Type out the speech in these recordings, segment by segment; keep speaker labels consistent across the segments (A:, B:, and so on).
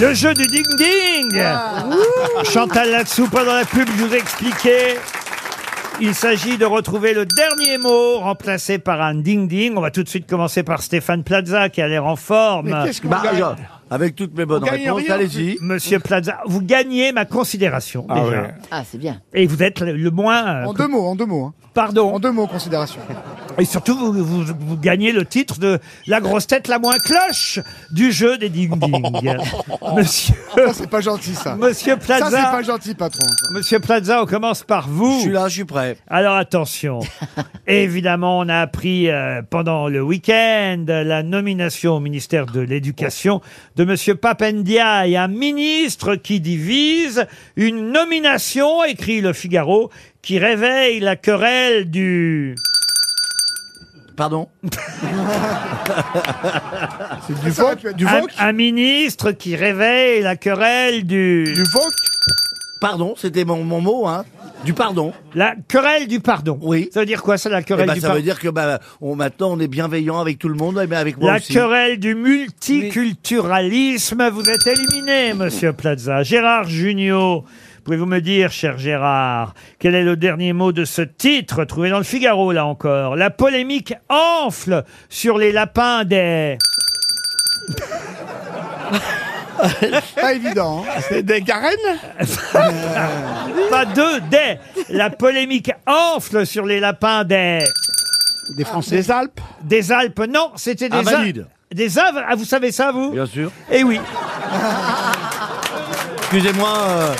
A: Le jeu du ding-ding Chantal là-dessous, pendant la pub, je vous ai expliqué. Il s'agit de retrouver le dernier mot remplacé par un ding-ding. On va tout de suite commencer par Stéphane Plaza qui a l'air en forme.
B: Mais qu'est-ce qu'on Bah, gagne déjà,
A: avec toutes mes
B: bonnes gagne réponses, rien, allez-y.
A: Monsieur Plaza, vous gagnez ma considération
B: Ah
A: déjà.
B: ouais.
C: Ah, c'est bien.
A: Et vous êtes le, le moins... euh,
B: En deux mots, en deux mots. hein.
A: Pardon.
B: En deux mots, considération.
A: Et surtout, vous, vous- vous gagnez le titre de la grosse tête la moins cloche du jeu des ding-ding. Monsieur...
B: Oh. Ça, c'est pas gentil, ça.
A: Monsieur Plaza.
B: Ça, c'est pas gentil, patron. ça.
A: Monsieur Plaza, on commence par vous. Je suis
D: là, je suis prêt.
A: Alors attention. Évidemment, on a appris euh, pendant le week-end euh, la nomination au ministère de l'Éducation de Monsieur Papendia et un ministre qui divise une nomination, écrit Le Figaro, qui réveille la querelle du.
D: Pardon
B: C'est du vote, du
A: un,
B: vote.
A: un ministre qui réveille la querelle du.
B: Du vote.
D: Pardon, c'était mon, mon mot, hein Du pardon.
A: La querelle du pardon.
D: Oui.
A: Ça veut dire quoi ça, la
D: Eh
A: querelle
D: ben,
A: du
D: ça veut
A: pardon
D: dire que bah, on, maintenant on est bienveillant avec tout le monde, et bien avec moi
A: La
D: aussi.
A: querelle du multiculturalisme, vous êtes éliminé, monsieur Plaza. Gérard Junior, pouvez-vous me dire, cher Gérard, quel est le dernier mot de ce titre trouvé dans le Figaro, là encore La polémique enfle sur les lapins des...
B: Pas évident. hein.
E: C'est des garennes
A: Pas deux, des La polémique enfle sur les lapins des...
E: Des Français Des Alpes
A: Des Alpes, non, c'était des...
D: Invalides.
A: A- Des Inv- Ah, vous savez ça, vous
D: Bien sûr.
A: Eh oui.
D: Excusez-moi. euh,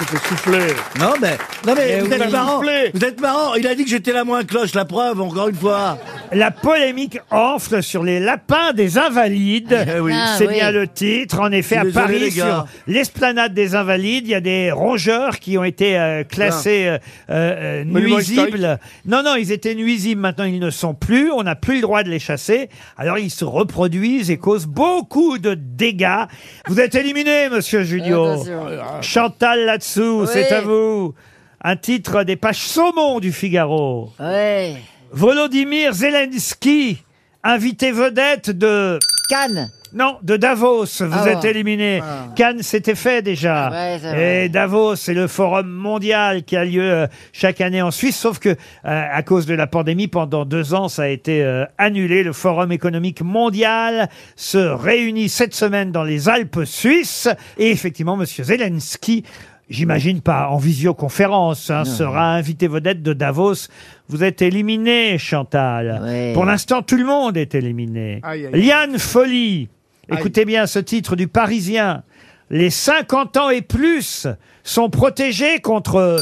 E: C'était soufflé.
D: Non mais, non mais, vous,
E: vous
D: êtes
E: avez
D: marrant.
E: soufflé.
D: Vous êtes marrant. Il a dit que j'étais la moins cloche. La preuve, encore une fois.
A: La polémique enfle sur les lapins des Invalides.
D: Eh oui.
C: Ah,
A: C'est
C: oui.
A: bien le titre. En effet,
D: Je
A: à
D: suis désolé,
A: Paris,
D: les
A: sur
D: gars.
A: l'esplanade des Invalides, il y a des rongeurs qui ont été euh, classés
D: Ah.
A: euh, euh, euh,
E: Monument
A: nuisibles. Non, non, ils étaient nuisibles. Maintenant, ils ne sont plus. On n'a plus le droit de les chasser. Alors, ils se reproduisent et causent beaucoup de dégâts. Vous êtes éliminé, monsieur Junio.
C: Attention.
A: Chantal là-dessous, c'est à
C: Oui.
A: vous. Un titre des pages saumon du Figaro.
C: Ouais.
A: Volodymyr Zelensky, invité vedette de...
C: Cannes.
A: Non, de Davos, vous
C: Ah
A: êtes
C: ouais.
A: éliminé. Cannes, c'était fait déjà.
C: Ouais, c'est vrai.
A: Et Davos, c'est le forum mondial qui a lieu euh, chaque année en Suisse, sauf que euh, à cause de la pandémie, pendant deux ans, ça a été euh, annulé. Le forum économique mondial se réunit cette semaine dans les Alpes suisses. Et effectivement, Monsieur Zelensky, j'imagine pas en visioconférence, hein, sera invité vedette de Davos. Vous êtes éliminé, Chantal.
C: Ouais.
A: Pour l'instant, tout le monde est éliminé.
B: Aïe, aïe, aïe.
A: Liane Folly. Écoutez bien ce titre du Parisien. Les 50 ans et plus sont protégés contre...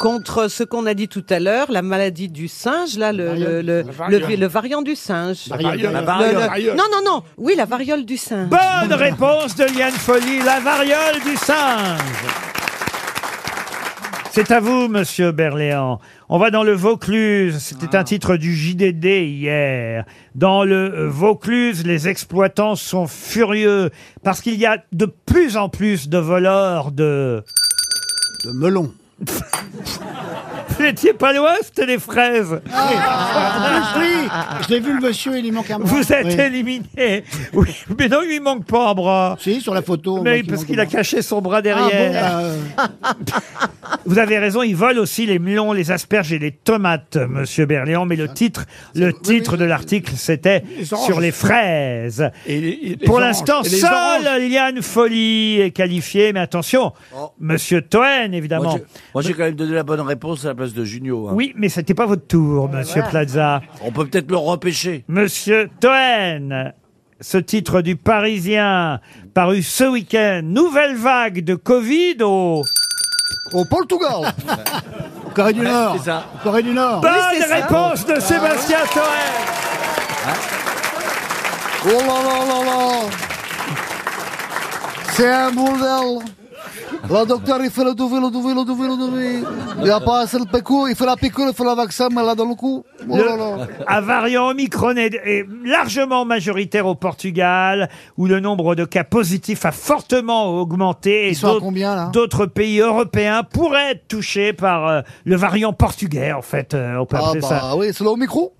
F: contre ce qu'on a dit tout à l'heure, la maladie du singe, là, le, le, le, le,
E: variole.
F: le variant du singe.
B: Euh,
E: variole.
D: La
F: Le-
D: variole.
F: le-
E: variole.
F: non, non, non, oui, la variole du singe.
A: Bonne réponse de Liane Folly, la variole du singe. C'est à vous, monsieur Berléand. On va dans le Vaucluse. C'était
B: Ah.
A: un titre du JDD hier. Dans le Vaucluse, les exploitants sont furieux parce qu'il y a de plus en plus de voleurs de...
E: De melon.
A: Vous n'étiez pas loin, c'était les fraises.
E: oui, je l'ai vu le monsieur, il lui manque un bras.
A: Vous êtes
E: Oui.
A: éliminé. Oui, mais non, il manque pas un bras.
E: Si, sur la photo. on voit
A: Mais parce
E: Oh, manque
A: qu'il
E: un
A: a
E: bras.
A: caché son bras
E: Ah bon,
A: derrière.
E: bah, euh,
A: Vous avez raison, ils volent aussi les melons, les asperges et les tomates, monsieur Berléand. Mais le
E: Ah.
A: titre, le titre de l'article, c'était
E: Les oranges.
A: sur les fraises.
E: et les- et les
A: Pour
E: oranges.
A: l'instant,
E: Et les oranges.
A: seule Liane Folly est qualifiée. Mais attention,
D: Oh.
A: monsieur Toen, évidemment.
D: Moi, j'ai- moi, j'ai quand même donné la bonne réponse à la place de Junio. hein.
A: Oui, mais c'était pas votre tour,
E: Ah,
A: monsieur Plaza.
D: On peut peut-être le repêcher.
A: Monsieur Toen, ce titre du Parisien, paru ce week-end, nouvelle vague de Covid oh. au...
B: Au Portugal.
E: Corée du Nord.
D: C'est ça.
E: Corée du Nord.
A: Bonne
F: c'est ça.
A: réponse de Sébastien Toen
B: Oh là là là là. C'est un bordel. Le docteur, il fait le douvé, le douvé, le douvé, le douvé. Il a pas assez le pécou, il fait la piqûre, il fait le vaccin, mais là dans le cou. Oh là là.
A: à variant Omicron est, est largement majoritaire au Portugal, où le nombre de cas positifs a fortement augmenté. Et
B: Ils sont à
A: d'autres-
B: combien, hein là
A: D'autres pays européens pourraient être touchés par euh, le variant portugais, en fait. euh, on peut
B: Ah
A: appeler ça.
B: bah oui, c'est le micro.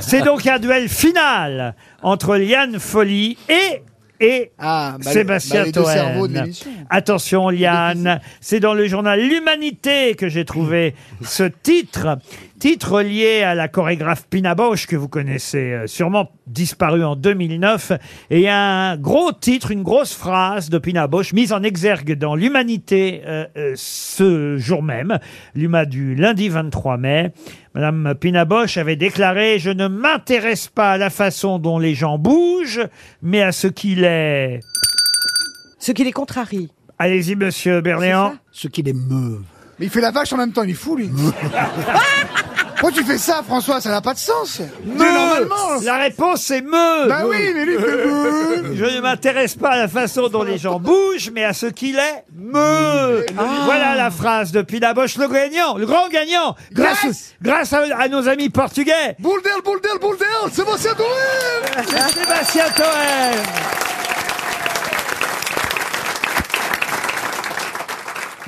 A: C'est donc un duel final entre Liane Folly et et
B: Ah, bah,
A: Sébastien
B: bah, les deux
A: Toen.
B: cerveaux de l'émission.
A: Attention Liane, c'est dans le journal L'Humanité que j'ai trouvé ce titre, titre lié à la chorégraphe Pina Bausch que vous connaissez euh, sûrement, disparue en 2009, et il y a un gros titre, une grosse phrase de Pina Bausch mise en exergue dans L'Humanité euh, euh, ce jour même, l'UMA du lundi 23 mai. Madame Pina Bausch avait déclaré « Je ne m'intéresse pas à la façon dont les gens bougent, mais à ce qu'il est... »
F: Ce qui les contrarie.
A: Allez-y, monsieur Berléand.
E: Ce qui les meut.
B: Mais il fait la vache en même temps, il est fou, lui. Pourquoi tu fais ça, François Ça n'a pas de sens. Mais normalement.
A: La réponse est me.
B: Bah oui, mais lui, il fait beuh.
A: Je ne m'intéresse pas à la façon dont les gens bougent, mais à ce qu'il est me. Voilà la phrase de Pina Bosch, le gagnant, le grand gagnant, grâce,
B: Yes.
A: grâce à, à nos amis portugais,
B: Boule d'aile, boule d'aile, boule d'aile, c'est bon, c'est doué
A: Sébastien Toen.